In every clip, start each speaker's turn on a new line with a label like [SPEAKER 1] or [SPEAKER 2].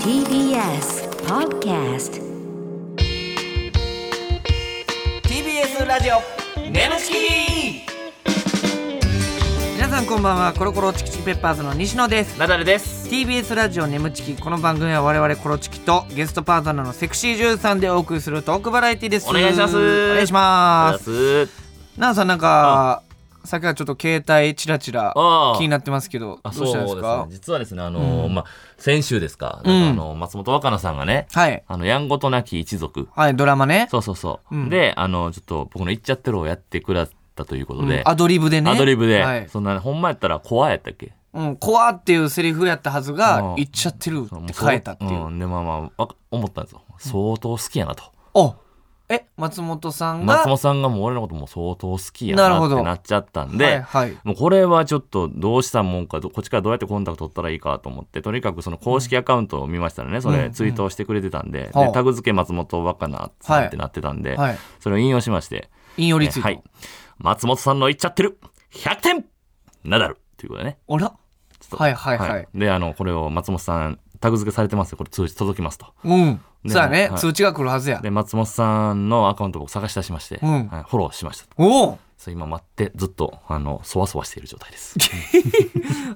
[SPEAKER 1] TBS Podcast
[SPEAKER 2] TBS ラジオネムチキ
[SPEAKER 3] 皆さんこんばんはコロコロチキチキペッパーズの西野です
[SPEAKER 2] ナダルです。
[SPEAKER 3] TBS ラジオネムチキこの番組は我々コロチキとゲストパートナーのセクシージューさんでお送りするトークバラエティです
[SPEAKER 2] お願いします
[SPEAKER 3] お願いします
[SPEAKER 2] す。
[SPEAKER 3] なあさんなんかさっきからちょっと携帯チラチラ
[SPEAKER 2] あー
[SPEAKER 3] 気になってますけどど
[SPEAKER 2] あ
[SPEAKER 3] う
[SPEAKER 2] そう
[SPEAKER 3] した
[SPEAKER 2] です
[SPEAKER 3] んです
[SPEAKER 2] ね
[SPEAKER 3] か。
[SPEAKER 2] 実はですね、あのー
[SPEAKER 3] うん
[SPEAKER 2] まあ、先週ですか、
[SPEAKER 3] うん
[SPEAKER 2] なんかあの松本若菜さんがね、
[SPEAKER 3] はい
[SPEAKER 2] あの、やんごとなき一族、
[SPEAKER 3] はいドラマね
[SPEAKER 2] そうそうそう、
[SPEAKER 3] うん
[SPEAKER 2] で、あの、ちょっと僕の言っちゃってるをやってくださったということ
[SPEAKER 3] うん
[SPEAKER 2] で、
[SPEAKER 3] アドリブでね
[SPEAKER 2] アドリブで、
[SPEAKER 3] はい
[SPEAKER 2] そんな、ほんまやったら怖いやったっけ
[SPEAKER 3] うん、怖っていうセリフやったはずが
[SPEAKER 2] うん
[SPEAKER 3] 「言っちゃってる」って
[SPEAKER 2] そう
[SPEAKER 3] 変えたっていう、
[SPEAKER 2] んで、まあまあ、わか思ったんですよ。相当好きやなと。
[SPEAKER 3] おえ松本さんが
[SPEAKER 2] 松本さんがもう俺のことも相当好きやなってなっちゃったんで、
[SPEAKER 3] はいはい
[SPEAKER 2] もうこれはちょっとどうしたもんかどこっちからどうやってコンタクト取ったらいいかと思ってとにかくその公式アカウントを見ましたらねそれツイートをしてくれてたんで,、
[SPEAKER 3] はあ
[SPEAKER 2] でタグ付け松本若菜さんってなってたんで、
[SPEAKER 3] はい
[SPEAKER 2] それを引用しまして、
[SPEAKER 3] 引用リ
[SPEAKER 2] え
[SPEAKER 3] ツイート、
[SPEAKER 2] はい、松本さんの言っちゃってる100点ナダルということでね
[SPEAKER 3] あら
[SPEAKER 2] ちょっと
[SPEAKER 3] はいはいはい
[SPEAKER 2] であのこれを松本さんタグ付けされてますよこれ通知届きますと
[SPEAKER 3] うん。
[SPEAKER 2] ね
[SPEAKER 3] そうやね、
[SPEAKER 2] はい
[SPEAKER 3] 通知が来るはずや。
[SPEAKER 2] で松本さんのアカウントを僕探し出しまして、
[SPEAKER 3] うん
[SPEAKER 2] はいフォローしました
[SPEAKER 3] おお
[SPEAKER 2] そう今待ってずっとあのそわそわしている状 態です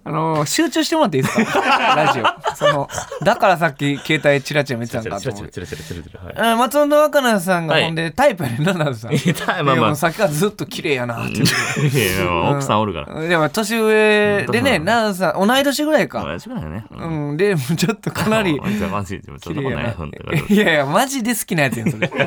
[SPEAKER 3] あのー集中してもらっていいです かラジオ。その、だからさっき携帯チラチラ見てたんだと思って。うん松本若菜さんが
[SPEAKER 2] はい
[SPEAKER 3] ほんでタイプやねんな、ナダルさん。
[SPEAKER 2] 痛い まあ
[SPEAKER 3] で
[SPEAKER 2] まあ
[SPEAKER 3] もさっきからずっと綺麗やなっていう。
[SPEAKER 2] いやいや奥さんおるから。
[SPEAKER 3] でも年上でね、
[SPEAKER 2] うん
[SPEAKER 3] ナダルさん、同い年ぐらいか。
[SPEAKER 2] 大丈夫だよね。
[SPEAKER 3] う
[SPEAKER 2] うん
[SPEAKER 3] ん、で、もうちょっとか なり
[SPEAKER 2] あ。マジでマジでちょっと
[SPEAKER 3] 綺
[SPEAKER 2] こ
[SPEAKER 3] 麗や
[SPEAKER 2] ない
[SPEAKER 3] な
[SPEAKER 2] ほんと。
[SPEAKER 3] いやいや、マジで好きなやつやん、それ。
[SPEAKER 2] でも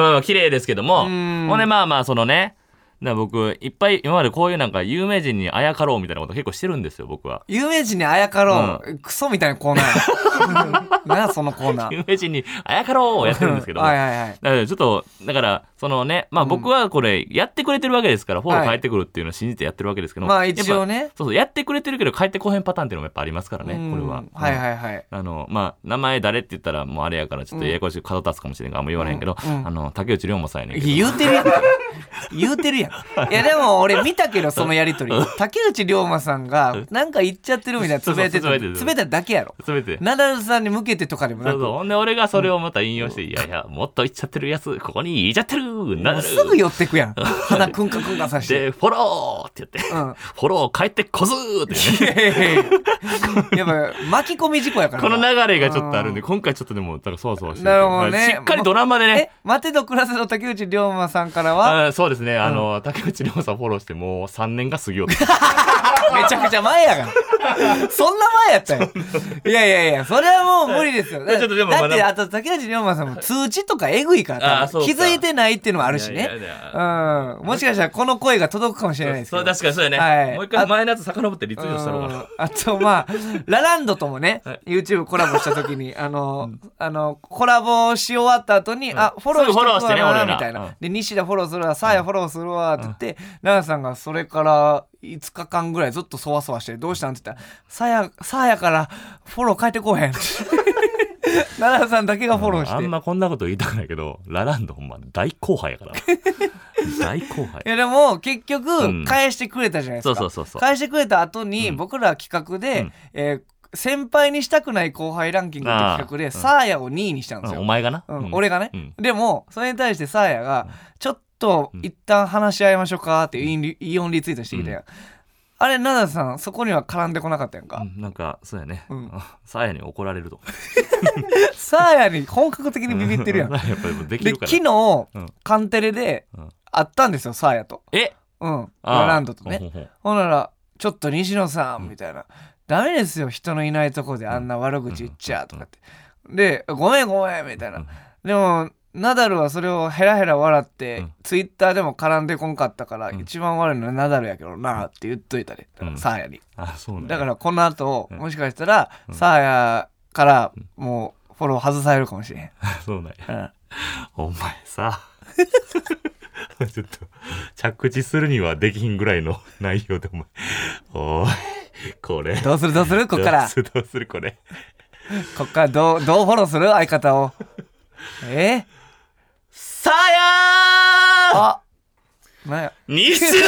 [SPEAKER 2] まあまあ綺麗ですけども、
[SPEAKER 3] ん
[SPEAKER 2] ほんでまあまあそのね、だから僕いっぱい今までこういうなんか有名人にあやかろうみたいなこと結構してるんですよ僕は。
[SPEAKER 3] 有名人にあやかろう。クソみたいなコーナー や。なあ、そのコーナー。
[SPEAKER 2] 有名人にあやかろうをやってるんですけども。
[SPEAKER 3] はいはいはい。
[SPEAKER 2] だからちょっとだからそのねまあ僕はこれやってくれてるわけですから、フォロー
[SPEAKER 3] はい
[SPEAKER 2] 返ってくるっていうのを信じてやってるわけですけども
[SPEAKER 3] まあ一応
[SPEAKER 2] やっぱ
[SPEAKER 3] ね。
[SPEAKER 2] そうそうやってくれてるけど返ってこへんパターンっていうのもやっぱありますからね
[SPEAKER 3] うん
[SPEAKER 2] これは、
[SPEAKER 3] はいはいはい。
[SPEAKER 2] あのまあ名前誰って言ったらもうあれやからちょっとややこしい角立つかもしれんからあんま言われへんけど、
[SPEAKER 3] うんうん
[SPEAKER 2] あの竹内涼真さんやねんけど
[SPEAKER 3] 言うてるやん 言うてるやんいやでも俺見たけどそのやりとり竹内涼真さんがなんか言っちゃってるみたいなつぶやいてた
[SPEAKER 2] そうそうつぶやいてた
[SPEAKER 3] つぶやいただけやろ
[SPEAKER 2] 全て
[SPEAKER 3] ナダルさんに向けてとかでも
[SPEAKER 2] そ
[SPEAKER 3] な
[SPEAKER 2] うそう
[SPEAKER 3] く
[SPEAKER 2] ほんで俺がそれをまた引用して「いやいやもっと言っちゃってるやつここに言っちゃってるなる
[SPEAKER 3] すぐ寄ってくやん鼻くんかくんかさして
[SPEAKER 2] でフォロー!」って言って「
[SPEAKER 3] うん
[SPEAKER 2] フォロー返ってこずー!」ってね
[SPEAKER 3] い やいやいややっぱ巻き込み事故やから
[SPEAKER 2] この
[SPEAKER 3] な
[SPEAKER 2] 流れがちょっとあるんで今回ちょっとでもだからそわそわしてて
[SPEAKER 3] なるほどね
[SPEAKER 2] はいしっかりドラマで
[SPEAKER 3] え
[SPEAKER 2] ね
[SPEAKER 3] 待てど暮らせど竹内涼真さんからは
[SPEAKER 2] あそうですね、あの竹内涼さんフォローしてもう3年が過ぎようと
[SPEAKER 3] めちゃくちゃ前やがんそんな前やったよいやいやいやそれはもう無理ですよだ
[SPEAKER 2] ちょっとでもま
[SPEAKER 3] だ
[SPEAKER 2] あ
[SPEAKER 3] ってあと竹内涼真さんも通知とかえぐいから
[SPEAKER 2] あ
[SPEAKER 3] 多
[SPEAKER 2] そうか
[SPEAKER 3] 分気づいてないっていうのもあるし
[SPEAKER 2] いや
[SPEAKER 3] ね
[SPEAKER 2] いやいや
[SPEAKER 3] うんもしかしたらこの声が届くかもしれないですけ
[SPEAKER 2] そう
[SPEAKER 3] ど
[SPEAKER 2] 確かにそうやね、
[SPEAKER 3] はい
[SPEAKER 2] もう一回前のやつ遡ってリツイートしたのかな
[SPEAKER 3] うんあとまあラランドともね
[SPEAKER 2] はい
[SPEAKER 3] YouTube コラボした時 にあのあのコラボし終わった後にあフォローし
[SPEAKER 2] すぐフォロー
[SPEAKER 3] と
[SPEAKER 2] して
[SPEAKER 3] く
[SPEAKER 2] ね
[SPEAKER 3] わ
[SPEAKER 2] 俺
[SPEAKER 3] な
[SPEAKER 2] ら
[SPEAKER 3] みたいうなんで西田フォローするわさあやフォローするわって言って奈々さんがそれから5日間ぐらいずっとそわそわしてどうしたんって言ったらさあやさあやからフォロー変えてこう へん奈々さんだけがフォローして
[SPEAKER 2] あんまこんなこと言いたくないけどラランドほんま大後輩やから 大後輩
[SPEAKER 3] いやでも結
[SPEAKER 2] ん
[SPEAKER 3] 局返してくれたじゃないですか、
[SPEAKER 2] そうそうそうそう
[SPEAKER 3] 返してくれた後に僕ら企画で、
[SPEAKER 2] うん
[SPEAKER 3] えー先輩にしたくない後輩ランキングって企画
[SPEAKER 2] あ
[SPEAKER 3] で
[SPEAKER 2] あ
[SPEAKER 3] サーヤを2位にしたんです
[SPEAKER 2] うん
[SPEAKER 3] よ、
[SPEAKER 2] お前がな、
[SPEAKER 3] うん
[SPEAKER 2] うん
[SPEAKER 3] 俺がね、
[SPEAKER 2] うん
[SPEAKER 3] でもそれに対してサーヤが「ちょっと一旦話し合いましょうか」ってインリイオンリツイートしてきて、
[SPEAKER 2] うん
[SPEAKER 3] あれ奈々さんそこには絡んでこなかったやんか、
[SPEAKER 2] うんなんかそうやね、
[SPEAKER 3] うん
[SPEAKER 2] さやに怒られると
[SPEAKER 3] サーヤに本格的にビビってるやん
[SPEAKER 2] やっぱり でき
[SPEAKER 3] で
[SPEAKER 2] るか
[SPEAKER 3] 昨
[SPEAKER 2] ら
[SPEAKER 3] 日、
[SPEAKER 2] うん
[SPEAKER 3] カンテレで
[SPEAKER 2] うん
[SPEAKER 3] 会ったんですよサーヤと
[SPEAKER 2] え
[SPEAKER 3] うん
[SPEAKER 2] あ
[SPEAKER 3] ラランドとね
[SPEAKER 2] ほんほんほ
[SPEAKER 3] ほ
[SPEAKER 2] ん
[SPEAKER 3] んなら、ちょっと西野さん、みたいな。ダメですよ、人のいないとこであんな悪口言っちゃ、とかって。で、ごめんごめん、みたいな。でも、ナダルはそれをヘラヘラ笑って、
[SPEAKER 2] うん
[SPEAKER 3] ツイッターでも絡んでこんかったから、
[SPEAKER 2] ん
[SPEAKER 3] 一番悪いのはナダルやけどなって言っといたで、
[SPEAKER 2] うん
[SPEAKER 3] サーヤに。
[SPEAKER 2] あそうね
[SPEAKER 3] だかららこの後、
[SPEAKER 2] ん
[SPEAKER 3] もしかしたら、サーヤからもうフォロー外されるかもしれへん。
[SPEAKER 2] そうね
[SPEAKER 3] うん
[SPEAKER 2] お前さ ちょっと着地するにはできひんぐらいの内容でお前おいこれ
[SPEAKER 3] どうするどうす るこっから
[SPEAKER 2] どう、するどうするこれ
[SPEAKER 3] こっからどう、どうフォローする相方を。え
[SPEAKER 2] さやー
[SPEAKER 3] あなんや
[SPEAKER 2] 西野西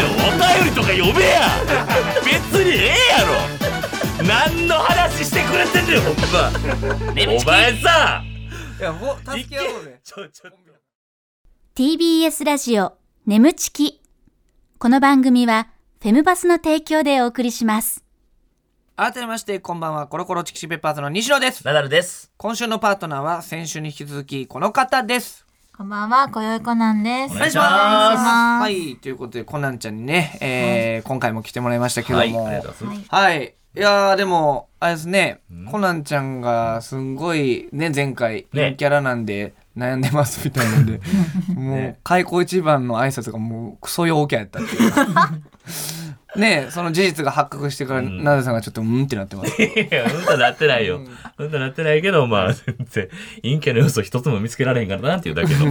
[SPEAKER 2] 野お便りとか呼べや別にええやろお前さ
[SPEAKER 3] いやほ助け合おうぜ
[SPEAKER 2] ちょちょ
[SPEAKER 4] TBS ラジオ眠ちきこの番組はフェムバスの提供でお送りします
[SPEAKER 3] 改めましてこんばんはコロコロチキシペッパーズの西野です
[SPEAKER 2] ナダルです
[SPEAKER 3] 今週のパートナーは先週に引き続きこの方です
[SPEAKER 4] こんばんはこよいこなんです
[SPEAKER 2] お願いします
[SPEAKER 4] は
[SPEAKER 3] はいいということでコナンちゃんにね、えー今回も来てもらいましたけども、
[SPEAKER 2] はいありがとうございます
[SPEAKER 3] はい。いやーでも、あれですね、コナンちゃんがすんごいね、前回、
[SPEAKER 2] ね
[SPEAKER 3] 陰キャラなんで悩んでますみたい なんで、もう、開口一番の挨拶がもうクソ陽キャやったって いうか。ねその事実が発覚してから、
[SPEAKER 2] ん
[SPEAKER 3] なぜさんがちょっとうんってなってます。
[SPEAKER 2] いやうんとなってないようんとなってないけどまあ全然陰キャの要素一つも見つけられへんからなっていうだけの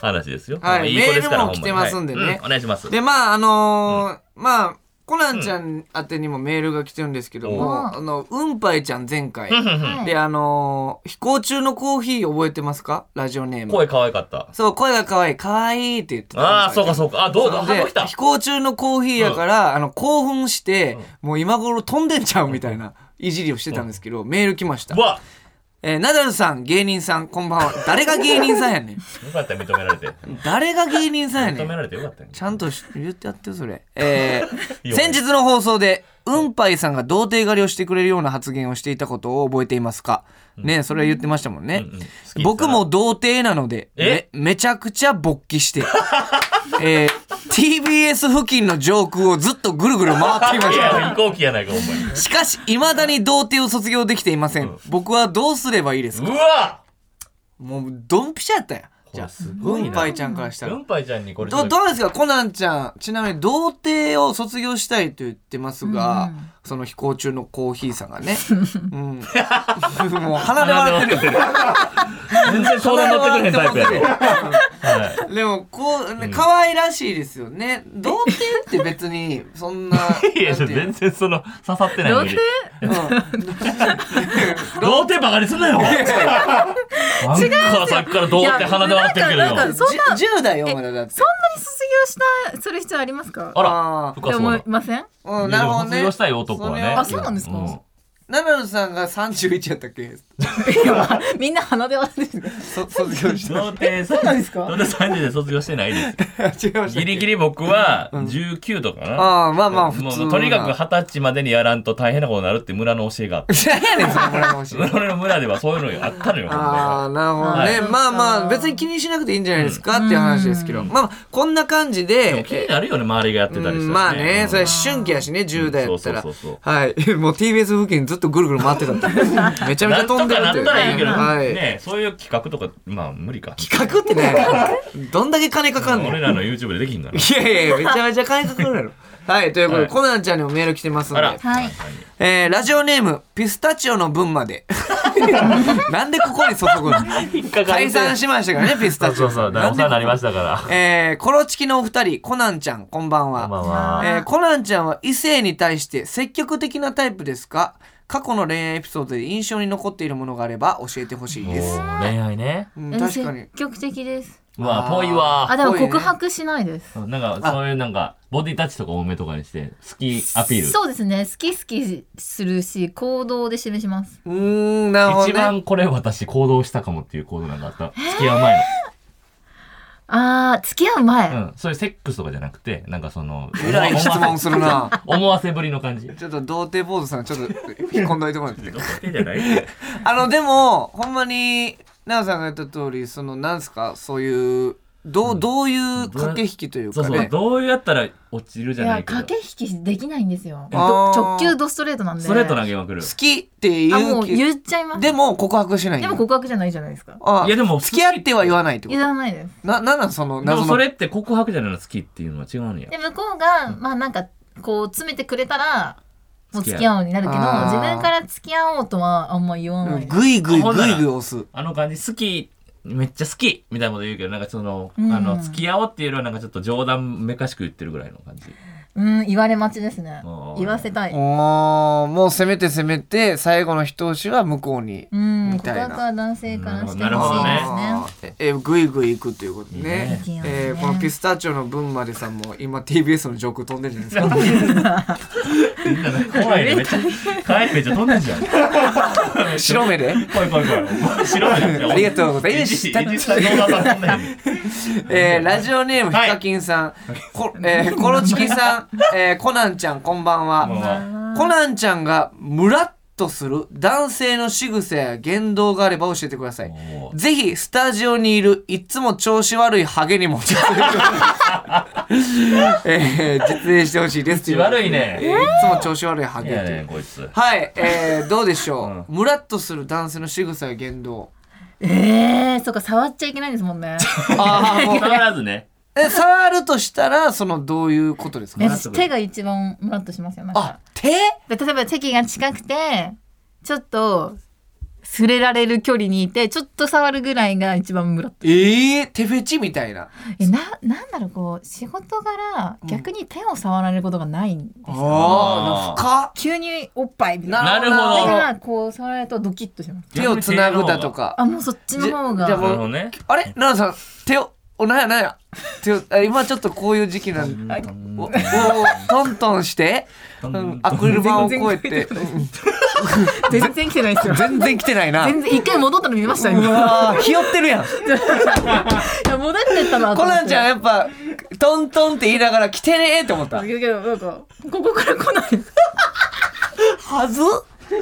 [SPEAKER 2] 話ですよ
[SPEAKER 3] はい
[SPEAKER 2] まあい子ですから
[SPEAKER 3] メールも来てますんでね
[SPEAKER 2] ほまにはいうお願いします
[SPEAKER 3] で、まあ、あのーまあ、コナンちゃん宛てにもメールが来てるんですけど
[SPEAKER 2] お
[SPEAKER 3] も、あの、うんぱいちゃん前回、
[SPEAKER 2] うんうん
[SPEAKER 3] で、あのー飛行中のコーヒー覚えてますかラジオネーム。
[SPEAKER 2] 声可愛かった
[SPEAKER 3] そう、声が可愛い、可愛いって言ってた。
[SPEAKER 2] ああそうかそうかあどうだ
[SPEAKER 3] なの
[SPEAKER 2] 反
[SPEAKER 3] で
[SPEAKER 2] 応来た
[SPEAKER 3] 飛行中のコーヒーやから、あの興奮して、もう今頃飛んでんちゃうみたいな。いじりをしてたんですけど、メール来ました
[SPEAKER 2] う。わ
[SPEAKER 3] えーナダルさん、芸人さん、こんばんは。誰が芸人さんやねん。
[SPEAKER 2] よかった認められて
[SPEAKER 3] 誰が芸人さんやね
[SPEAKER 2] 認め
[SPEAKER 3] ん。
[SPEAKER 2] られてよかったね
[SPEAKER 3] ちゃんとし言ってやってよ、それ。え
[SPEAKER 2] い
[SPEAKER 3] ー、
[SPEAKER 2] い よ
[SPEAKER 3] 先日の放送で、うんぱいさんが童貞狩りをしてくれるような発言をしていたことを覚えていますかねそれは言ってましたもんね。
[SPEAKER 2] うんうん好き
[SPEAKER 3] 僕も童貞なのでめ
[SPEAKER 2] え
[SPEAKER 3] めちゃくちゃ勃起して、 えー TBS 付近の上空をずっとぐるぐる回っていま
[SPEAKER 2] い
[SPEAKER 3] し
[SPEAKER 2] や
[SPEAKER 3] た
[SPEAKER 2] 飛行機やないかお前
[SPEAKER 3] しかし未だに童貞を卒業できていません僕はどうすればいいですか
[SPEAKER 2] うわ
[SPEAKER 3] もうドンピシャやったやんじゃあ
[SPEAKER 2] す
[SPEAKER 3] う
[SPEAKER 2] ごい
[SPEAKER 3] ん
[SPEAKER 2] な
[SPEAKER 3] ぱいちゃんからした
[SPEAKER 2] う
[SPEAKER 3] ら
[SPEAKER 2] んぱいちゃんにこれちょ
[SPEAKER 3] ど
[SPEAKER 2] っと
[SPEAKER 3] どうですかコナンちゃんちなみに童貞を卒業したいと言ってますが、その飛行中のコーヒーさんが ね、うん、もう鼻で笑ってるよ
[SPEAKER 2] 全然相談乗ってくれへんタイプやろは い
[SPEAKER 3] でもこう、可愛らしいですよね。童貞って別にそんな。
[SPEAKER 2] いや、
[SPEAKER 3] なんていう
[SPEAKER 2] 全然その、刺さってないのに。
[SPEAKER 3] うん
[SPEAKER 2] 童貞バカにすんなよ違うかさっきから童貞鼻で笑ってるけど
[SPEAKER 5] いやなんかなんか
[SPEAKER 2] 今。
[SPEAKER 5] そんな
[SPEAKER 3] じ10代よまだだって。
[SPEAKER 5] そんなに卒業したする必要ありますか
[SPEAKER 2] あ
[SPEAKER 3] あ
[SPEAKER 2] ら、
[SPEAKER 3] ー
[SPEAKER 2] 深
[SPEAKER 5] って
[SPEAKER 2] そう
[SPEAKER 5] 思
[SPEAKER 2] だ
[SPEAKER 5] い。ません
[SPEAKER 3] うん、なるほど
[SPEAKER 2] 卒
[SPEAKER 3] ね
[SPEAKER 2] 業し。たい男はね。
[SPEAKER 3] あ
[SPEAKER 5] そうなんですか
[SPEAKER 3] ナダルさんが31やったっけ
[SPEAKER 5] いやまあみんな鼻で笑ってる
[SPEAKER 3] そ卒業 し
[SPEAKER 2] 童貞そう
[SPEAKER 5] なんですか
[SPEAKER 2] 童貞30で卒業してないです。
[SPEAKER 3] た。違いました。
[SPEAKER 2] ギリギリ僕は19とかかな。
[SPEAKER 3] ああ、まあまあ普
[SPEAKER 2] もう
[SPEAKER 3] 通
[SPEAKER 2] も
[SPEAKER 3] な。
[SPEAKER 2] うとにかく二十歳までにやらんと大変なことになるって村の教えがあ って。
[SPEAKER 3] く。やねん、その村の話。
[SPEAKER 2] 俺の村ではそういうのあったのよ。ほんまに
[SPEAKER 3] ああ、なるほどね。
[SPEAKER 5] はい
[SPEAKER 3] まあまあ、別に気にしなくていいんじゃないですかっていう話ですけど。まあ、こんな感じ
[SPEAKER 2] でも
[SPEAKER 3] で
[SPEAKER 2] 気。になるよね、周りがやってたり
[SPEAKER 3] う
[SPEAKER 2] したらね。
[SPEAKER 3] んまあね
[SPEAKER 2] う、ん
[SPEAKER 3] それ思春期やしね、10代やったら。
[SPEAKER 2] そうそうそう
[SPEAKER 3] はい。 もう TBS 付近ずっとぐるぐる回ってたっ て。めちゃめち
[SPEAKER 2] な
[SPEAKER 3] ゃ
[SPEAKER 2] んと
[SPEAKER 3] 飛
[SPEAKER 2] か
[SPEAKER 3] んでる
[SPEAKER 2] な
[SPEAKER 3] っ
[SPEAKER 2] って
[SPEAKER 3] い
[SPEAKER 2] た
[SPEAKER 3] う。
[SPEAKER 2] らいいけど、
[SPEAKER 3] はい。
[SPEAKER 2] ねそういう企画とか、まあ無理か。
[SPEAKER 3] 企画ってね、どんだけ金かかんの
[SPEAKER 2] 俺
[SPEAKER 3] い
[SPEAKER 2] らの YouTube でできんだな。
[SPEAKER 3] やいやいや、めちゃめちゃ金かかるやろ。はい、ということで、
[SPEAKER 2] はい
[SPEAKER 3] コナンちゃんにもメール来てますの
[SPEAKER 2] あら
[SPEAKER 3] で、
[SPEAKER 4] はい
[SPEAKER 3] えー、ラジオネーム、ピスタチオの分ま で。なんでここに注ぐの解散しましたからね、ピスタチ
[SPEAKER 2] そ
[SPEAKER 3] オ
[SPEAKER 2] う
[SPEAKER 3] さ
[SPEAKER 2] そ
[SPEAKER 3] ん。
[SPEAKER 2] う、だお世話になりま
[SPEAKER 3] し
[SPEAKER 2] したから。
[SPEAKER 3] えー、コロチキのお二人、コナンちゃん、こんばんは。
[SPEAKER 2] まあまあ。
[SPEAKER 3] えーコナンちゃんは異性に対して積極的なタイプですか過去の恋愛エピソードで印象に残っているものがあれば教えてほしい
[SPEAKER 2] もう
[SPEAKER 3] です、
[SPEAKER 2] 恋愛ね。
[SPEAKER 3] うん、確かに
[SPEAKER 5] 積極的です
[SPEAKER 2] うわ、ぽいわ
[SPEAKER 5] あ。でも
[SPEAKER 3] ぽいね
[SPEAKER 5] 告白しないです
[SPEAKER 2] なんか、そういうなんか、ボディタッチとか多めとかにして、好きアピール。
[SPEAKER 5] そうですね好き好きするし行動で示します
[SPEAKER 3] うーんなるほど、ね、
[SPEAKER 2] 一番これ私行動したかもっていう行動なんかあった。付き合う前
[SPEAKER 5] あー付き合う前、
[SPEAKER 2] の。うん。そういうセックスとかじゃなくて、なんかその、
[SPEAKER 3] 偉い質問するな
[SPEAKER 2] 思わせぶりの感じ。
[SPEAKER 3] ちょっと童貞坊主さんちょっと引っ込んどいてもらって
[SPEAKER 2] じゃない
[SPEAKER 3] あのでもほんまに奈々さんが言った通りそのなんすかそういうどうどういう駆け引きという
[SPEAKER 2] そう
[SPEAKER 3] か
[SPEAKER 2] そう、
[SPEAKER 3] ね
[SPEAKER 2] どうやったら落ちる
[SPEAKER 5] い
[SPEAKER 2] じゃな
[SPEAKER 5] や
[SPEAKER 2] いけど
[SPEAKER 5] 駆。け引きできないんですよ
[SPEAKER 2] え
[SPEAKER 5] ど
[SPEAKER 3] あー
[SPEAKER 5] 直球ドストレートなんで
[SPEAKER 2] ストレート投げまくる。
[SPEAKER 3] 好きって
[SPEAKER 5] あも
[SPEAKER 3] 言
[SPEAKER 5] う
[SPEAKER 3] うけ
[SPEAKER 5] 言っちゃいます
[SPEAKER 3] でも告白しないん
[SPEAKER 5] で
[SPEAKER 3] や
[SPEAKER 5] も告白じゃないじゃないですか
[SPEAKER 3] あ
[SPEAKER 2] いやでも
[SPEAKER 3] 付き合っては言わないってこ
[SPEAKER 5] 言
[SPEAKER 3] と
[SPEAKER 5] わないです
[SPEAKER 3] ななんなんその
[SPEAKER 2] でも
[SPEAKER 3] 謎
[SPEAKER 2] そ
[SPEAKER 3] の
[SPEAKER 2] れって告白じゃないの好きっていうのは違うのや
[SPEAKER 5] で。向こうが、まあなんかこう詰めてくれたらもう
[SPEAKER 2] 付き
[SPEAKER 5] 付き合お
[SPEAKER 2] 合う
[SPEAKER 5] うになるけど
[SPEAKER 3] あー
[SPEAKER 5] 自分から付き合おうとはあんま言わないです
[SPEAKER 3] ぐいぐいぐいぐい押す
[SPEAKER 2] あの感じ好き、めっちゃ好きみたいなこと言うけど、なんかその、
[SPEAKER 5] うん
[SPEAKER 2] あの、付き合おうっていうよりはなんかちょっと冗談めかしく言ってるぐらいの感じ。
[SPEAKER 5] うん言われ待ちですね
[SPEAKER 2] あー
[SPEAKER 5] 言わせたい
[SPEAKER 3] おーもう攻めて攻めて最後の一押しは向こうに。
[SPEAKER 5] うん
[SPEAKER 3] み
[SPEAKER 5] 告
[SPEAKER 3] たいな
[SPEAKER 5] 白は男性からして
[SPEAKER 2] なるほ
[SPEAKER 5] ほし
[SPEAKER 2] ど
[SPEAKER 5] い
[SPEAKER 2] ね
[SPEAKER 5] で
[SPEAKER 3] あーええぐいぐい行くということね
[SPEAKER 5] いいね
[SPEAKER 3] えーこのピスタチオの分までさんも今 TBS の上空飛んでるじゃないですか
[SPEAKER 2] 怖いねめっちゃ帰りめっちゃ飛んでんじゃん
[SPEAKER 3] 白目で。
[SPEAKER 2] 怖い怖い怖いお前知らな い
[SPEAKER 3] ありがとうございます
[SPEAKER 2] エジエジさんのお母さん飛んだよね
[SPEAKER 3] えー、ラジオネームヒ
[SPEAKER 2] はい
[SPEAKER 3] カキンさん、こえー、コロチキさん、えー、コナンちゃんこんばん
[SPEAKER 2] こんばん
[SPEAKER 3] は
[SPEAKER 2] は
[SPEAKER 3] コナンちゃんがムラッとする男性の仕草や言動があれば教えてください
[SPEAKER 2] もう
[SPEAKER 3] ぜひスタジオにいるいつも調子悪いハゲにも えー、実演してほしいです
[SPEAKER 2] 口悪いね
[SPEAKER 3] えーいつも調子悪いハ
[SPEAKER 2] い
[SPEAKER 3] ゲと
[SPEAKER 2] や
[SPEAKER 3] いう
[SPEAKER 2] ねこいつ
[SPEAKER 3] はい、えー、どうでしょう、
[SPEAKER 2] う
[SPEAKER 3] ムラッとする男性の仕草や言 動
[SPEAKER 5] ええー、そっか、触っちゃいけないんですもんね。
[SPEAKER 3] ああもう
[SPEAKER 2] 触らずね
[SPEAKER 3] え触るとしたらそのどういうことですか
[SPEAKER 5] え
[SPEAKER 2] ラッとくる
[SPEAKER 5] 手が一番ムラッとしますよ。なん
[SPEAKER 3] あ
[SPEAKER 5] か
[SPEAKER 3] 手
[SPEAKER 5] で例えば席が近くて、ちょっと、触れられる距離にいて、ちょっと触るぐらいが一番ムラッと。
[SPEAKER 3] えー、手フェチみたいな
[SPEAKER 5] え、な、なんだろう、こう、仕事柄、逆に手を触られることがないんですよ。
[SPEAKER 3] ああ
[SPEAKER 5] 急におっぱいみたいな。
[SPEAKER 2] なるほ
[SPEAKER 5] だか
[SPEAKER 2] ど
[SPEAKER 5] ら、こう、触られるとドキッとします。
[SPEAKER 3] 手をつなぐだとか
[SPEAKER 5] あ、もうそっちの方
[SPEAKER 3] じゃじゃ
[SPEAKER 5] が
[SPEAKER 3] あ。
[SPEAKER 2] なるほどね
[SPEAKER 3] あれ奈々さん手をおなんやなんや手をあ今ちょっとこういう時期なんでおおトントンして、うん、アクリル板を越えて、うん
[SPEAKER 5] 全然来てないですよ。
[SPEAKER 3] 全然来てない な
[SPEAKER 5] 全然、一回戻ったの見ましたよ。
[SPEAKER 3] う
[SPEAKER 5] 今
[SPEAKER 3] わーひよってるや ん
[SPEAKER 5] いや戻ってったなと
[SPEAKER 3] コ
[SPEAKER 5] 思って。
[SPEAKER 3] ナンちゃんやっぱトントンって言いながら来てねーって思った
[SPEAKER 5] だけどなんかここから来ない
[SPEAKER 3] はず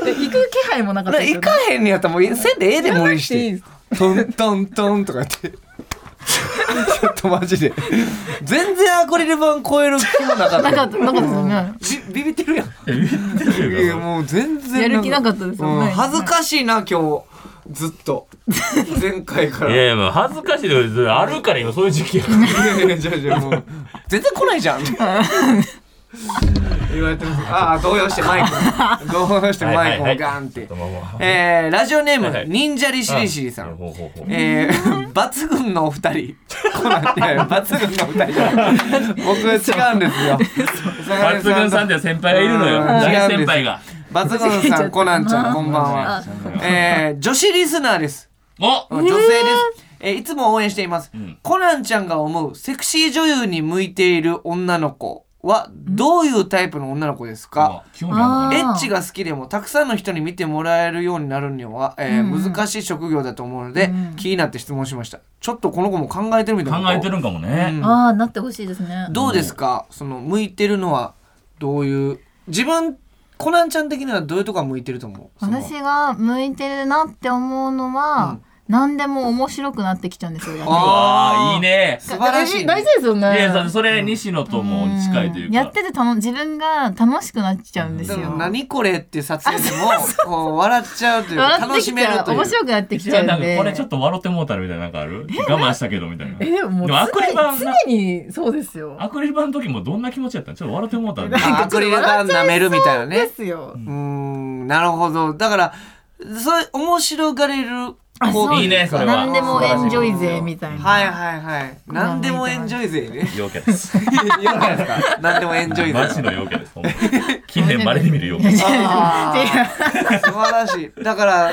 [SPEAKER 5] で行く気配もなかったです
[SPEAKER 3] 行
[SPEAKER 5] よ
[SPEAKER 3] かへんにやったらもうせんでええで無理し
[SPEAKER 5] いい
[SPEAKER 3] て
[SPEAKER 5] です
[SPEAKER 3] トントントンとかやってちょっとマジで全然アクリル板超える気もなかっ
[SPEAKER 5] なか
[SPEAKER 3] た
[SPEAKER 5] ったなかったですよね
[SPEAKER 3] びビビってるやんいや
[SPEAKER 2] い
[SPEAKER 3] もう全然
[SPEAKER 5] やる気なかったですよね
[SPEAKER 3] うん恥ずかしいな今日ずっと前回からい
[SPEAKER 2] やいやもう恥ずかしいですあるから今そういう時期やから
[SPEAKER 3] やいやじゃあじゃあもう全然来ないじゃん言われてますああ動揺してマイク動揺してマイクをガンってえーラジオネ
[SPEAKER 2] はいは
[SPEAKER 3] ー
[SPEAKER 2] い
[SPEAKER 3] ム忍者りしりしりさん
[SPEAKER 2] ほうほう ほう
[SPEAKER 3] えー、抜群のお二人。コナンいやいや抜群のお二人じゃない。僕違うんですよ。
[SPEAKER 2] 抜群さんっていう先輩がいるのよ
[SPEAKER 3] うん
[SPEAKER 2] 大先輩が
[SPEAKER 3] 抜群さん、コナンちゃ ん、こんばんは。えー、女子リスナーです。
[SPEAKER 2] お
[SPEAKER 3] 女性です。えーいつも応援しています、
[SPEAKER 2] ん
[SPEAKER 3] コナンちゃんが思うセクシー女優に向いている女の子はどういうタイプの女の子ですか、
[SPEAKER 2] あ興味あ
[SPEAKER 5] うん
[SPEAKER 2] る
[SPEAKER 3] エッチが好きでもたくさんの人に見てもらえるようになるには、えー
[SPEAKER 5] うん
[SPEAKER 3] 難しい職業だと思うので、
[SPEAKER 5] うん
[SPEAKER 3] 気になって質問しましたちょっとこの子も考えてるみたい
[SPEAKER 2] の
[SPEAKER 3] な
[SPEAKER 2] か考えてるんかもね
[SPEAKER 3] うん
[SPEAKER 5] ああなってほしいですね
[SPEAKER 3] どうですかその向いてるのはどういう自分コナンちゃん的にはどういうとこが向いてると思うその
[SPEAKER 5] 私が向いてるなって思うのは、何でも面白くなってきちゃうんですよ
[SPEAKER 2] う
[SPEAKER 3] あ
[SPEAKER 2] わーいいね
[SPEAKER 3] 素晴らしいね、
[SPEAKER 5] 大事大事ですよ
[SPEAKER 2] い
[SPEAKER 5] ね
[SPEAKER 2] やさそれ西野とも近いといううん
[SPEAKER 5] やっ
[SPEAKER 2] か
[SPEAKER 5] てて楽自分が楽しくなっちゃうんです
[SPEAKER 3] で
[SPEAKER 5] よ
[SPEAKER 3] も何これっていう撮影でもこう笑っちゃうというか
[SPEAKER 5] 笑っ
[SPEAKER 3] 楽
[SPEAKER 5] て
[SPEAKER 3] し
[SPEAKER 5] き
[SPEAKER 3] め
[SPEAKER 5] ち
[SPEAKER 3] る
[SPEAKER 5] ゃ
[SPEAKER 3] と
[SPEAKER 5] う
[SPEAKER 3] いう
[SPEAKER 5] 面白くなってきちゃ
[SPEAKER 2] じゃ
[SPEAKER 5] う
[SPEAKER 2] あ
[SPEAKER 5] ん
[SPEAKER 2] なんか
[SPEAKER 5] で
[SPEAKER 2] これちょっと笑ってもうたるみたいななんかある我慢したけどみたいな
[SPEAKER 5] えでももう
[SPEAKER 2] でもアクリル板な
[SPEAKER 5] 常にそうですよ
[SPEAKER 2] アクリル板の時もどんな気持ちやったんちょっと笑ってもうたる
[SPEAKER 3] あアクリル板舐めるみたいなね
[SPEAKER 5] ですよ
[SPEAKER 3] うーんなるほどだからそれ面白がれる
[SPEAKER 5] あ
[SPEAKER 3] こ
[SPEAKER 5] そうう
[SPEAKER 2] いいねそれは
[SPEAKER 5] 何でもエンジョイ勢みたいな、
[SPEAKER 3] はいはいはい何でもエンジョイ勢 ね
[SPEAKER 2] 陽キャです
[SPEAKER 3] いやいやですか何でもエンジョイ
[SPEAKER 2] マジ
[SPEAKER 3] 勢
[SPEAKER 2] の陽キャですほんま近年まれに見る陽キャ
[SPEAKER 3] あー素晴らしいだから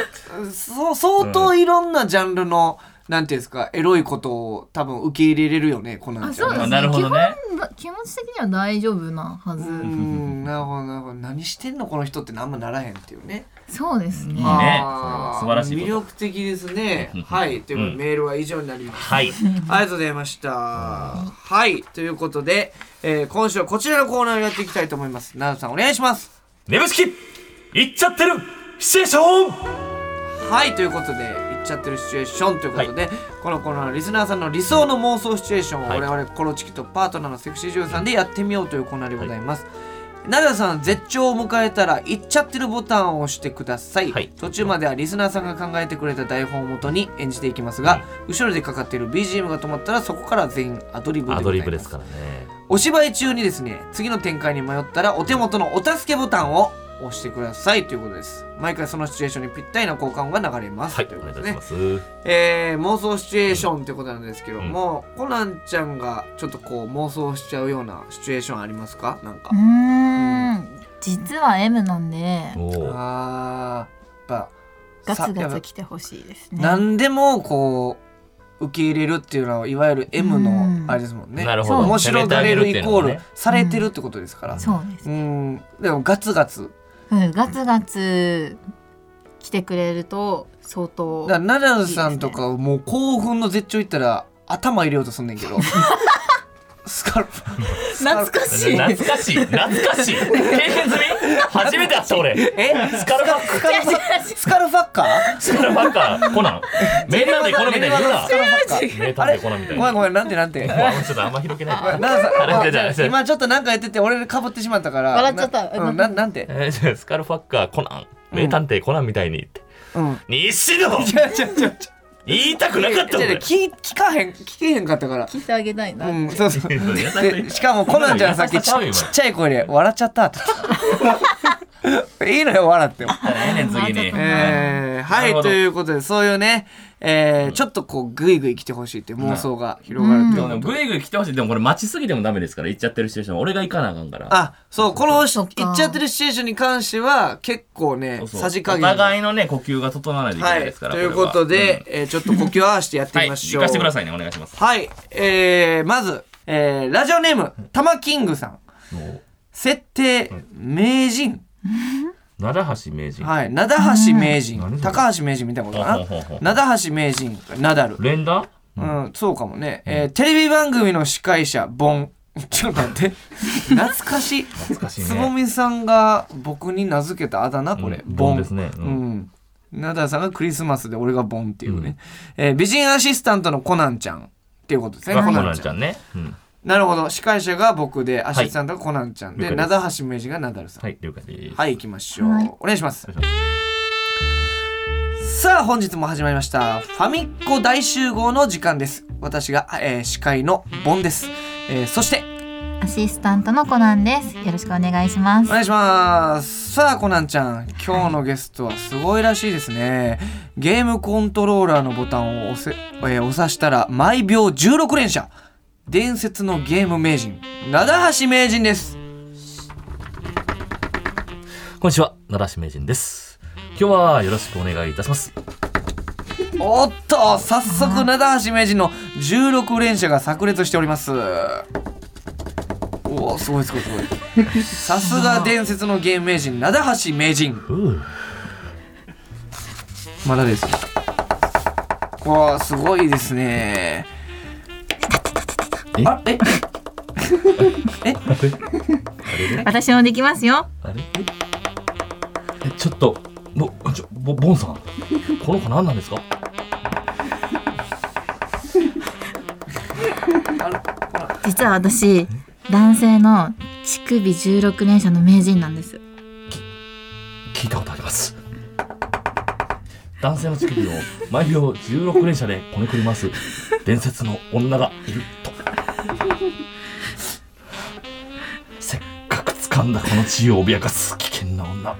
[SPEAKER 3] そ相当いろんなジャンルのなんていうんですかエロいことを多分受け入れれるよねコナン
[SPEAKER 5] あ
[SPEAKER 3] ちゃ
[SPEAKER 5] そう
[SPEAKER 3] ん
[SPEAKER 5] です
[SPEAKER 2] あ
[SPEAKER 5] ね
[SPEAKER 2] なるほどね
[SPEAKER 5] 基本気持ち的には大丈夫なはず、
[SPEAKER 3] うーんなるほどなるほど何してんのこの人って何もならへんっていうね
[SPEAKER 5] そうですね、
[SPEAKER 2] いいね
[SPEAKER 3] あー
[SPEAKER 2] それは素晴らしいこと
[SPEAKER 3] 魅力的ですねはいということで
[SPEAKER 2] うん
[SPEAKER 3] メールは以上になります
[SPEAKER 2] は
[SPEAKER 3] あ
[SPEAKER 2] い
[SPEAKER 3] りがとうございました。はい、ということで、えー今週はこちらのコーナーをやっていきたいと思います。奈良さん、お願いします。
[SPEAKER 2] 眠しき行っちゃってるシチュエーション
[SPEAKER 3] はい、ということで、言っちゃってるシチュエーションということで、このコーナーはリスナーさんの理想の妄想シチュエーションを、
[SPEAKER 2] はい
[SPEAKER 3] 我々コロチキとパートナーのセクシー女優さんでやってみようというコーナーでございます。奈良さん絶頂を迎えたら「言っちゃってる」ボタンを押してください、
[SPEAKER 2] はい
[SPEAKER 3] 途中まではリスナーさんが考えてくれた台本をもとに演じていきますが、後ろでかかっている BGM が止まったらそこから全員アドリブでございます
[SPEAKER 2] からね
[SPEAKER 3] お芝居中にですね次の展開に迷ったらお手元のお助けボタンを押してくださいということです毎回そのシチュエーションにぴったりな交換音が流れます、
[SPEAKER 2] はい
[SPEAKER 3] と
[SPEAKER 2] お
[SPEAKER 3] うこ
[SPEAKER 2] 願い
[SPEAKER 3] と
[SPEAKER 2] いた
[SPEAKER 3] で
[SPEAKER 2] し
[SPEAKER 3] すね
[SPEAKER 2] ます
[SPEAKER 3] えー妄想シチュエーションということなんですけども、コナンちゃんがちょっとこう妄想しちゃうようなシチュエーションありますかなんか、
[SPEAKER 5] うーん実は M なんで
[SPEAKER 2] おー
[SPEAKER 3] あーやっぱ
[SPEAKER 5] ガツガ
[SPEAKER 3] さや
[SPEAKER 5] ツ
[SPEAKER 3] っ
[SPEAKER 5] 来てほしいです
[SPEAKER 3] ぱ
[SPEAKER 5] ね
[SPEAKER 3] 何でもこ受け入れるっていうのはいわゆる M
[SPEAKER 5] うん
[SPEAKER 3] のあれですもんね、
[SPEAKER 2] なるほど
[SPEAKER 3] 面白がれるイコー
[SPEAKER 2] 攻めてあげるっていうの
[SPEAKER 3] ル
[SPEAKER 2] ね
[SPEAKER 3] されてるってことですから、
[SPEAKER 5] そうです
[SPEAKER 3] う。ん、でもガツガツ
[SPEAKER 5] うん、ガツガツ来てくれると相当
[SPEAKER 3] だからナダルさんとかもう興奮の絶頂いったら頭入れようとすんねんけ どスカルプ
[SPEAKER 5] 懐かしい
[SPEAKER 2] 懐かしい懐かしい経験済み初めて会った俺
[SPEAKER 3] え
[SPEAKER 2] スカルファッ
[SPEAKER 3] スカルファスカルファッカー
[SPEAKER 2] スカルファッカーコナンみんなでコナンみたいに言うな
[SPEAKER 3] スカルファッカー
[SPEAKER 2] 名探偵コナンみたい
[SPEAKER 3] ごめん
[SPEAKER 2] な
[SPEAKER 3] ごめんなんて なんて
[SPEAKER 2] もうちょっとあんま広げない
[SPEAKER 3] ナダルさん
[SPEAKER 2] あれじゃ
[SPEAKER 3] ご
[SPEAKER 2] あ
[SPEAKER 3] めん今ちょっとなんかやってて俺かぶってしまったから
[SPEAKER 5] 笑っちゃった
[SPEAKER 3] な,、うん、ななんて
[SPEAKER 2] えーじゃあスカルファッカーコナン名探偵コナンみたいにって
[SPEAKER 3] うん
[SPEAKER 2] 西野
[SPEAKER 3] 違う違う違う
[SPEAKER 2] 言いたくなかったもん
[SPEAKER 3] 違う違う
[SPEAKER 2] 俺
[SPEAKER 3] 聞聞かへん聞けへんかったから
[SPEAKER 5] 聞いてあげたいな、
[SPEAKER 3] うんそうそう
[SPEAKER 2] いや いや
[SPEAKER 3] でしかもコナンちゃんさっきち
[SPEAKER 2] ちゃうよ
[SPEAKER 3] ちっちゃい声で笑っちゃった って言ってたいいのよ笑っても
[SPEAKER 2] 来年次に
[SPEAKER 3] えー
[SPEAKER 2] な
[SPEAKER 3] は
[SPEAKER 2] る
[SPEAKER 3] い
[SPEAKER 2] ほど
[SPEAKER 3] ということでそういうね、えーちょっとこうグイグイ来てほしいっていう妄想が広がるということで、
[SPEAKER 2] ぐいぐい来てほしいでもこれ待ちすぎてもダメですから行っちゃってるシチュエーション俺が行かなあかんから
[SPEAKER 3] あそうこの
[SPEAKER 5] そっか
[SPEAKER 3] 行っちゃってるシチュエーションに関しては結構ね
[SPEAKER 2] そうそう
[SPEAKER 3] さじ加
[SPEAKER 2] お
[SPEAKER 3] 減
[SPEAKER 2] 互いのね呼吸が整わないといけ
[SPEAKER 3] は
[SPEAKER 2] ない
[SPEAKER 3] い
[SPEAKER 2] ですから
[SPEAKER 3] ということで、えーちょっと呼吸合わせてやっ
[SPEAKER 2] こ
[SPEAKER 3] て
[SPEAKER 2] れ
[SPEAKER 3] み
[SPEAKER 2] はうんはい
[SPEAKER 3] ましょ
[SPEAKER 2] 行
[SPEAKER 3] う、
[SPEAKER 2] かしてくださいねお願いします
[SPEAKER 3] はい、えー、まず、えー、ラジオネーム、たまキングさん。設定、名人。
[SPEAKER 2] 灘橋名人
[SPEAKER 3] はい、灘橋名人
[SPEAKER 2] 何そ。れ
[SPEAKER 3] 高橋名人見たいなこと
[SPEAKER 2] ほうほうほう
[SPEAKER 3] かな。灘橋名人、ナダル。
[SPEAKER 2] 連打
[SPEAKER 3] うん、そうかもね。えー、テレビ番組の司会者、ボン。 ちょっと待 って。懐かしい。懐
[SPEAKER 2] かしいね
[SPEAKER 3] つぼみさんが僕に名付けたあだ名、これ。
[SPEAKER 2] うん
[SPEAKER 3] ボ
[SPEAKER 2] ボ
[SPEAKER 3] ン
[SPEAKER 2] ンですね
[SPEAKER 3] う
[SPEAKER 2] うん
[SPEAKER 3] ん。ナダルさんがクリスマスで俺がボンっていうね。えー美人アシスタントのコナンちゃんっていうことですね。
[SPEAKER 2] がコナンちゃんねうん
[SPEAKER 3] なるほど司会者が僕でアシスタントがコナンちゃんで、
[SPEAKER 2] 了解です
[SPEAKER 3] 灘橋名人がナダルさん
[SPEAKER 2] はい了解です
[SPEAKER 3] はい、行きましょう。お願いします。さあ、本日も始まりました。ファミコ大集合の時間です。私が、えー司会のボンです。えーそして、
[SPEAKER 5] アシスタントのコナンですよろしくお願いしま
[SPEAKER 3] お
[SPEAKER 5] す
[SPEAKER 3] 願いします。さあ、コナンちゃん、今日のゲストはすごいらしいですね。ゲームコントローラーのボタンを押せ、えー押さしたら、毎秒16連射。伝説のゲーム名人、灘橋名人です。
[SPEAKER 2] こんにちは灘橋名人です今日はよろしくお願いいたします
[SPEAKER 3] おっと早速灘橋名人の16連射が炸裂しておりますおおすごいすごいす ごいさすが伝説のゲーム名人灘橋名人
[SPEAKER 2] うー
[SPEAKER 3] まだですわあすごいですね
[SPEAKER 2] え
[SPEAKER 3] あえ
[SPEAKER 5] 私もできますよ
[SPEAKER 2] あれえちょっとぼちょぼボンさんこの子何なんですか
[SPEAKER 5] 実は私男性の乳首16連射の名人なんです
[SPEAKER 2] 聞いたことあります男性の乳首を毎秒16連射でこねくり回す伝説の女がいるとせっかく掴んだこの地位を脅かす危険な女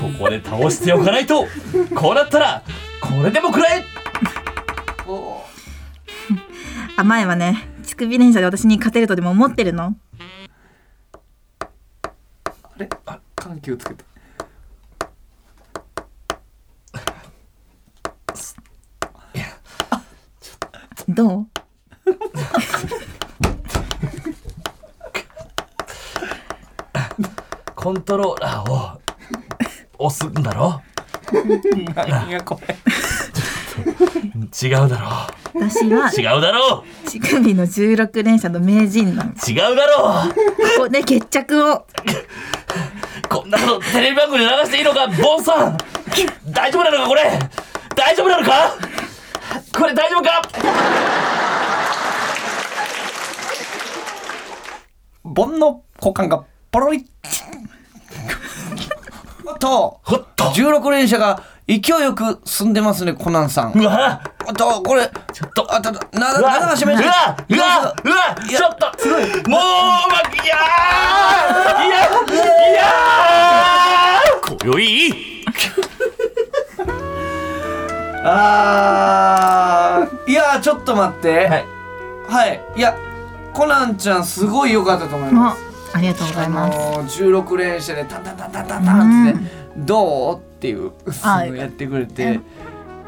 [SPEAKER 2] ここで倒しておかないとこうなったらこれでも食らえ
[SPEAKER 3] お
[SPEAKER 6] 甘えはね乳首連射で私に勝てるとでも思ってるの
[SPEAKER 3] あれあ緩急つけて
[SPEAKER 6] どう
[SPEAKER 2] コントローラーを押すんだろ
[SPEAKER 3] 何やこれ
[SPEAKER 2] 違うだろ
[SPEAKER 6] 私は
[SPEAKER 2] 違うだろ
[SPEAKER 6] 乳首の16連射の名人なのこ
[SPEAKER 2] 違うだろ
[SPEAKER 6] こで決着を
[SPEAKER 2] こんなことテレビ番組で流していいのか、ボンさん大丈夫なのか、これ大丈夫なのかこれ大丈夫か
[SPEAKER 3] ボンの股間がポロリおっ と
[SPEAKER 2] ほっと
[SPEAKER 3] 16連射が勢いよく進んでますねコナンさん
[SPEAKER 2] うわ
[SPEAKER 3] あと、これ、
[SPEAKER 2] ちょっと
[SPEAKER 3] あと、な、
[SPEAKER 2] うわ
[SPEAKER 3] な、な、しめ
[SPEAKER 2] うわうわうわちょっともううまくいやーいやいやー今宵
[SPEAKER 3] あー、いやー、ちょっと待って。
[SPEAKER 2] はい。
[SPEAKER 3] はい。いや、コナンちゃん、すごい良かったと思いま
[SPEAKER 5] あ
[SPEAKER 3] す。
[SPEAKER 5] ありがとうござ
[SPEAKER 3] あ
[SPEAKER 5] います
[SPEAKER 3] のー、16連射で、タンタンタンタンタンタンってね、どうっていう、そのやってくれて。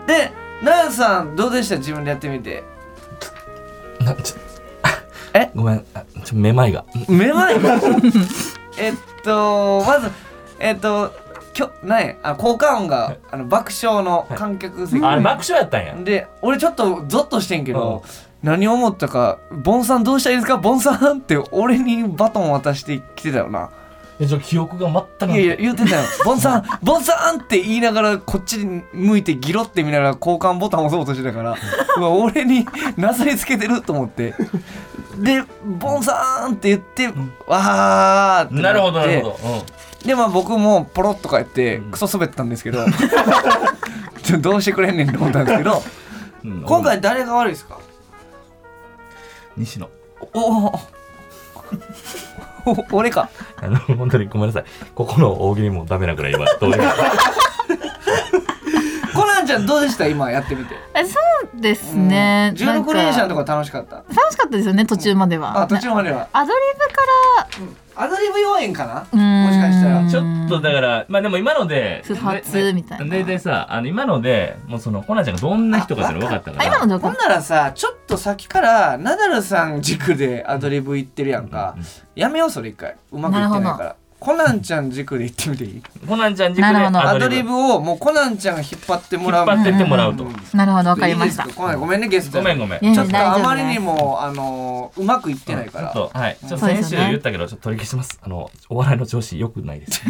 [SPEAKER 3] で、ナナさんどうでした自分でやってみて
[SPEAKER 2] なちょ
[SPEAKER 3] え
[SPEAKER 2] ごめんあちょめまいが
[SPEAKER 3] めまい えっとまずえっときょなんやあ効果音があの爆笑の観客席、
[SPEAKER 2] あれ爆笑やったんや
[SPEAKER 3] で俺ちょっとゾッとしてんけど、何を思ったか「ボンさんどうしたらいいですかボンさん」って俺にバトン渡してきてたよな
[SPEAKER 2] えちょ記憶が全
[SPEAKER 3] い
[SPEAKER 2] く
[SPEAKER 3] やいや言ってたよ 「ボンさんボンさん!」って言いながらこっちに向いてギロって見ながら交換ボタン押そうとしてた からうわ俺になすりつけてると思ってで「ボンさん!」って言って「わー!」って
[SPEAKER 2] なるほど
[SPEAKER 3] っ
[SPEAKER 2] な
[SPEAKER 3] て
[SPEAKER 2] るほど、うん、
[SPEAKER 3] でまあ僕もポロッとかやってクソ滑ったんですけど、 ちょどうしてくれんねんと思ったん ですけど
[SPEAKER 2] うん
[SPEAKER 3] 今回誰が悪いですか
[SPEAKER 2] 西野
[SPEAKER 3] おおお 俺か
[SPEAKER 2] あの本当にごめんなさいここの大喜利もダメなくらい今どうにか
[SPEAKER 3] コナンちゃんどうでした今やってみて
[SPEAKER 7] えそうですね、なん
[SPEAKER 3] 16連射のと
[SPEAKER 7] か
[SPEAKER 3] こ楽しかった
[SPEAKER 7] 楽しかったですよね途中までは
[SPEAKER 3] あ途中までは
[SPEAKER 7] アドリブか
[SPEAKER 3] アドリブ要因かな
[SPEAKER 7] ら
[SPEAKER 3] もしかしたら
[SPEAKER 7] うん
[SPEAKER 2] ちょっとだからまあでも今ので
[SPEAKER 7] 不発みたいな
[SPEAKER 2] 大体さあの今のでもうそのコナちゃんがどんな人かっていうの分かったか
[SPEAKER 7] あ
[SPEAKER 2] ら
[SPEAKER 7] 今のど
[SPEAKER 3] ほ
[SPEAKER 7] こ
[SPEAKER 3] んならさちょっと先からナダルさん軸でアドリブ言ってるやんか、やめようそれ一回うまくいってないからコナンちゃん軸で言ってみていい
[SPEAKER 2] コナンちゃん軸で
[SPEAKER 7] なるほど
[SPEAKER 2] ア
[SPEAKER 3] ア
[SPEAKER 2] ド
[SPEAKER 3] ド
[SPEAKER 2] リ
[SPEAKER 3] リ
[SPEAKER 2] ブ
[SPEAKER 3] ブをもうコナンちゃんが引っ張っても
[SPEAKER 2] 引っ
[SPEAKER 3] らう
[SPEAKER 2] 張ってってもらう
[SPEAKER 3] う
[SPEAKER 2] と
[SPEAKER 3] ん
[SPEAKER 7] なるほどわか
[SPEAKER 3] い
[SPEAKER 7] り
[SPEAKER 3] い
[SPEAKER 7] ま
[SPEAKER 3] で
[SPEAKER 7] し
[SPEAKER 3] す
[SPEAKER 7] た
[SPEAKER 3] かコナンごめんねゲスト
[SPEAKER 2] ご
[SPEAKER 3] や
[SPEAKER 2] めんごめん
[SPEAKER 7] いや
[SPEAKER 3] ちょっとあまり
[SPEAKER 7] 大
[SPEAKER 3] に
[SPEAKER 7] 丈夫
[SPEAKER 3] もあのーうまくいってないから
[SPEAKER 2] ちょっとはいちょっと
[SPEAKER 7] そうで
[SPEAKER 2] 先
[SPEAKER 7] す
[SPEAKER 2] 週
[SPEAKER 7] よね
[SPEAKER 2] 言ったけどちょっと取り消しますあのお笑いの調子良くな いです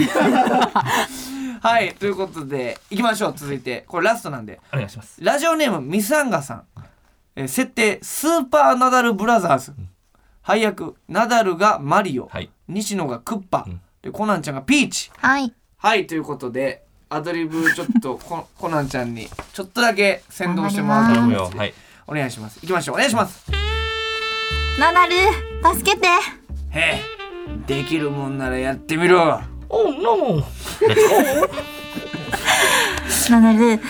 [SPEAKER 3] はいということでいきましょう続いてこれラストなんで
[SPEAKER 2] お願いします
[SPEAKER 3] ラジオネームミサンガさん、えー設定スーパーナダルブラザーズ配役ナダルがマリオ、
[SPEAKER 2] はい
[SPEAKER 3] 西野がクッパ、
[SPEAKER 2] うん
[SPEAKER 3] でコナンちゃんがピーチ
[SPEAKER 7] はい
[SPEAKER 3] はいということでアドリブちょっと ココナンちゃんにちょっとだけ先導してもらうと
[SPEAKER 2] 頼
[SPEAKER 3] 思
[SPEAKER 2] む
[SPEAKER 3] い
[SPEAKER 2] よ
[SPEAKER 3] ます
[SPEAKER 2] はい
[SPEAKER 3] お願いしますいきましょうお願いします
[SPEAKER 5] ナダル助けて
[SPEAKER 3] へえできるもんならやってみろ
[SPEAKER 2] おノー
[SPEAKER 5] ナダル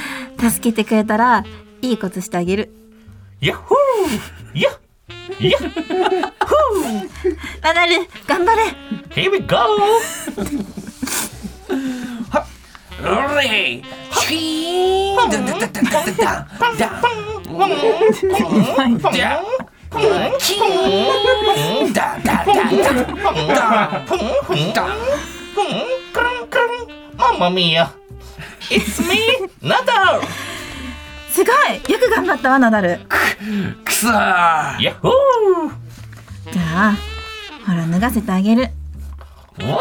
[SPEAKER 5] 助けてくれたらいいことしてあげる
[SPEAKER 2] ヤッホーヤッヤッ
[SPEAKER 5] ナダル頑張れ
[SPEAKER 2] Here we go
[SPEAKER 3] うれいチキーンダンダンダンダンダンダンダンじゃキーンダンダンダンダンダン
[SPEAKER 2] ふんふん
[SPEAKER 3] ダン
[SPEAKER 2] ふんくるんくるんママミヤ It's me ナダル
[SPEAKER 5] すごいよく頑張ったわナダル
[SPEAKER 3] くそー
[SPEAKER 2] ヤッホ
[SPEAKER 5] じゃあほら脱がせてあげる
[SPEAKER 2] ーわ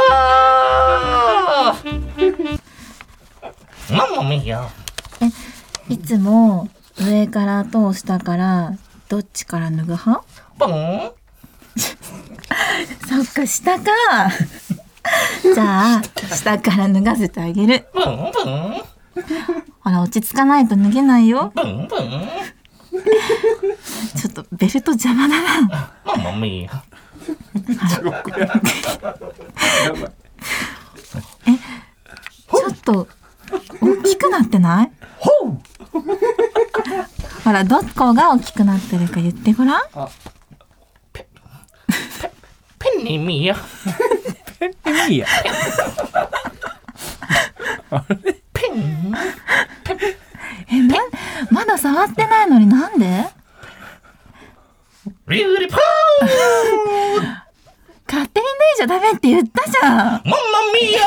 [SPEAKER 2] ーママミヤ
[SPEAKER 5] いつも上からと下からどっちから脱ぐ派
[SPEAKER 2] ポン
[SPEAKER 5] そっか下かじゃあ下から脱がせてあげる
[SPEAKER 2] ブンブン
[SPEAKER 5] ほら落ち着かないと脱げないよ
[SPEAKER 2] ブンブ
[SPEAKER 5] ちょ
[SPEAKER 2] ン
[SPEAKER 5] っとベルト邪魔だな
[SPEAKER 2] ママミヤ
[SPEAKER 5] ちょっと大きくなってない ほらどこが大きくなってるか言ってごらん
[SPEAKER 2] ペニミヤ
[SPEAKER 3] いいや
[SPEAKER 2] ペン
[SPEAKER 5] えままだ触ってないのになんで
[SPEAKER 2] ビューティフル
[SPEAKER 5] 勝手に脱いじゃダメって言ったじゃん
[SPEAKER 2] ママミヤ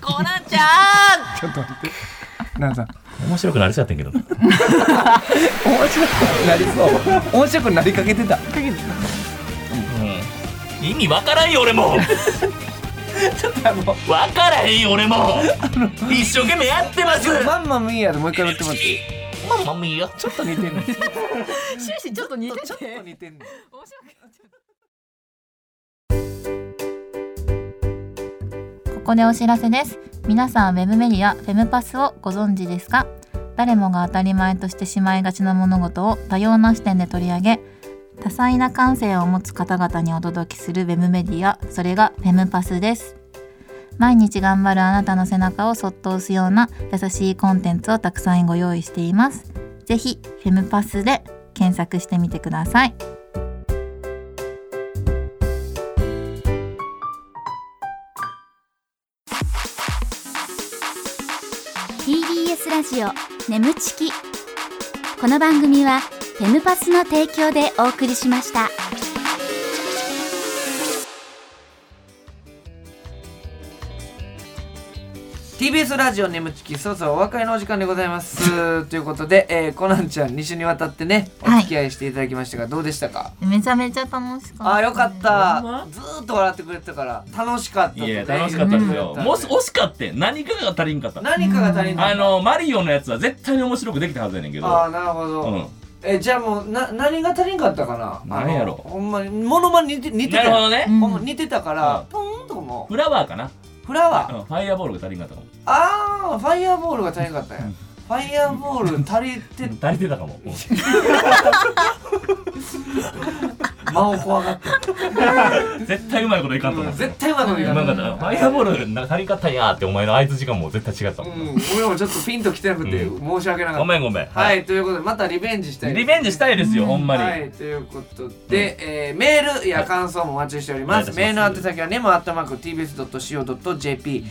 [SPEAKER 7] コナンちゃん
[SPEAKER 3] なんさん
[SPEAKER 2] 面白くなりそうやったんやけどな
[SPEAKER 3] 面白くなりそう面白くなりかけてた
[SPEAKER 2] 意味わからんよ 俺も
[SPEAKER 3] ちょっとあの
[SPEAKER 2] わからへんよ俺も一生懸命やってます
[SPEAKER 3] マンマミーヤでもう一回やってもらっていい
[SPEAKER 2] ママミヤ
[SPEAKER 3] ちょっと似てんねんちょ
[SPEAKER 7] 終始ちょっと似て
[SPEAKER 3] っと
[SPEAKER 7] て
[SPEAKER 3] 似てんねん
[SPEAKER 8] ここでお知らせです皆さんウェブメディアフェムパスをご存知ですか誰もが当たり前としてしまいがちな物事を多様な視点で取り上げ多彩な感性を持つ方々にお届けするウェブメディアそれがフェムパスです毎日頑張るあなたの背中をそっと押すような優しいコンテンツをたくさんご用意していますぜひフェムパスで検索してみてください
[SPEAKER 9] ラジオ
[SPEAKER 10] 眠ちきこの番組はフェムパスの提供でお送りしました
[SPEAKER 3] ー TBS ラジオ眠ちきそろそろお別れのお時間でございますということで、えーコナンちゃん2週にわたってねお付き合いしていただきましたが、どうでしたか
[SPEAKER 5] めちゃめちゃ楽しかった
[SPEAKER 3] あーよかったずーっと笑ってくれてたから楽しかったと
[SPEAKER 2] い
[SPEAKER 3] ね
[SPEAKER 2] や楽しかったですよ。
[SPEAKER 3] うん
[SPEAKER 2] もし惜しかって何かが足りんかった。
[SPEAKER 3] 何かが足りない
[SPEAKER 2] あのマリオのやつは絶対に面白くできたはずやねんけど。
[SPEAKER 3] あーなるほど、
[SPEAKER 2] うん。
[SPEAKER 3] えじゃあもうな何が足りんかったかな
[SPEAKER 2] 何やろ
[SPEAKER 3] あのほんまにモノマネ似て似て
[SPEAKER 2] な
[SPEAKER 3] た
[SPEAKER 2] るほど
[SPEAKER 3] よ
[SPEAKER 2] ね。
[SPEAKER 3] ほんま似てたから、
[SPEAKER 2] うん
[SPEAKER 3] ポーンとかも
[SPEAKER 2] フラワーかな。
[SPEAKER 3] フラワー、
[SPEAKER 2] うんファイアボールが足りんかったかも。
[SPEAKER 3] ああファイヤーボールが足りんかったんや、ファイヤーボール足りて
[SPEAKER 2] 足りてたかも。うん
[SPEAKER 3] 間を怖がって
[SPEAKER 2] 絶対うまいこといかんと思う。
[SPEAKER 3] 絶対うまくいか
[SPEAKER 2] うまか
[SPEAKER 3] な
[SPEAKER 2] ったな。
[SPEAKER 3] い
[SPEAKER 2] ファイアボールな足りんかったんやってお前の合図時間も絶対違った
[SPEAKER 3] う
[SPEAKER 2] もん
[SPEAKER 3] ん、俺もちょっとピンときてなくて
[SPEAKER 2] う
[SPEAKER 3] 申し訳なかった、
[SPEAKER 2] な。ごめんごめん。
[SPEAKER 3] はい、。ということでまたリベンジしたい
[SPEAKER 2] リベンジしたいですよ、ほんまに。
[SPEAKER 3] はい、ということで、えーメールや感想もお待ちしております。
[SPEAKER 2] はい
[SPEAKER 3] メールの宛先は nemu.tbs.co.jp、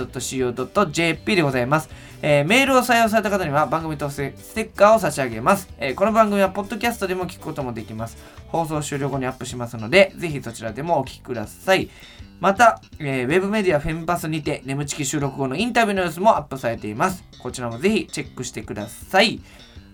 [SPEAKER 3] nemu.tbs.co.jp でございます、えーメールを採用された方には番組特製ステッカーを差し上げます、えーこの番組はポッドキャストでも聞くこともできます。放送終了後にアップしますので、ぜひそちらでもお聞きください。また、えーウェブメディアフェムパスにて、眠ちき収録後のインタビューの様子もアップされています。こちらもぜひチェックしてください。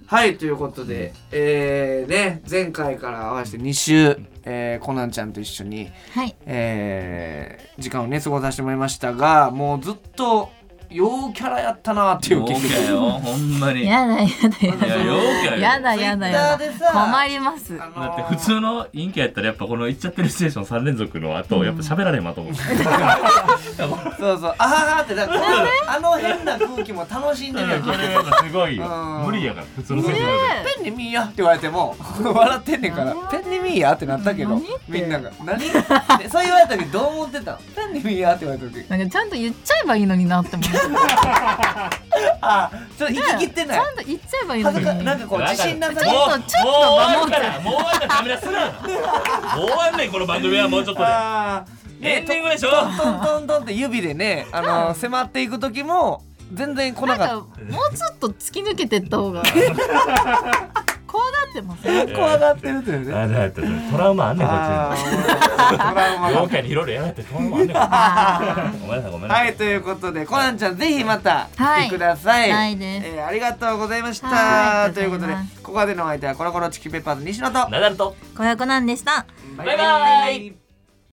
[SPEAKER 3] はい、ということで、えー、ね、前回から合わせて2週、えー、コナンちゃんと一緒に、
[SPEAKER 11] はい
[SPEAKER 3] えー時間をね、過ごさせてもらいましたが、もうずっと、陽キャラやったなっていう
[SPEAKER 2] 陽キ
[SPEAKER 3] 気
[SPEAKER 2] ャよ、ほんまに。いや、
[SPEAKER 11] やだやだやだ
[SPEAKER 2] 陽キャ
[SPEAKER 11] や
[SPEAKER 2] よ。
[SPEAKER 11] だやだやだ
[SPEAKER 3] でさ
[SPEAKER 11] 困ります
[SPEAKER 3] あのー
[SPEAKER 2] だって普通の陰キャやったらやっぱこの「いっちゃってるステーション」3連続の後やっぱ喋られんまと思う
[SPEAKER 3] そうそう、あははって、だからあの変な空気も楽しんでるやん。
[SPEAKER 2] すごいよ
[SPEAKER 3] うん
[SPEAKER 2] 無理やから普通の先生だ
[SPEAKER 3] ペンで見いやって言われても笑ってんねんからペンで見いやってなったけどみんなが何でそう言われた時どう思ってたのペンで見いやって言われた時
[SPEAKER 5] なんかちゃんと言っちゃえばいいのになって思ってちゃん
[SPEAKER 3] あちょっと息切ってない
[SPEAKER 5] と言っちゃえばいいの
[SPEAKER 3] 恥
[SPEAKER 5] に
[SPEAKER 3] ずかなんかこう自信なさ
[SPEAKER 2] もう
[SPEAKER 5] ちょっとちょっと
[SPEAKER 2] もう終わるからもう終わるからカメラすなもう終わんねんこの番組はも うちょっとで
[SPEAKER 3] あー
[SPEAKER 2] エンディングでしょ
[SPEAKER 3] トントントントンって指でね、あの迫っていく時も全然来
[SPEAKER 5] な
[SPEAKER 3] な
[SPEAKER 5] ん
[SPEAKER 3] かっ
[SPEAKER 5] かもうちょっと突き抜けてった 方がこうなってます
[SPEAKER 3] た。怖がってるというね。
[SPEAKER 2] あだってトラウマあんねんこ
[SPEAKER 3] あ
[SPEAKER 2] っ
[SPEAKER 3] ートラウマ
[SPEAKER 2] ちに陽
[SPEAKER 3] が
[SPEAKER 2] キャにいろいろやられてトラウマあんねんこっちにごめんなさいごめんなさ
[SPEAKER 3] はいということでコナンちゃんぜひまた
[SPEAKER 5] は
[SPEAKER 3] 来
[SPEAKER 5] い
[SPEAKER 3] てください。
[SPEAKER 5] はいです
[SPEAKER 3] えーありがとうございまし
[SPEAKER 5] は
[SPEAKER 3] た。
[SPEAKER 5] い
[SPEAKER 3] ということで
[SPEAKER 5] ありが
[SPEAKER 3] ここまでのお相手はコロコロチキペッパーズ西野と。
[SPEAKER 2] ナダルと
[SPEAKER 11] 小役なんでした
[SPEAKER 3] バ
[SPEAKER 2] バイバイ
[SPEAKER 3] イ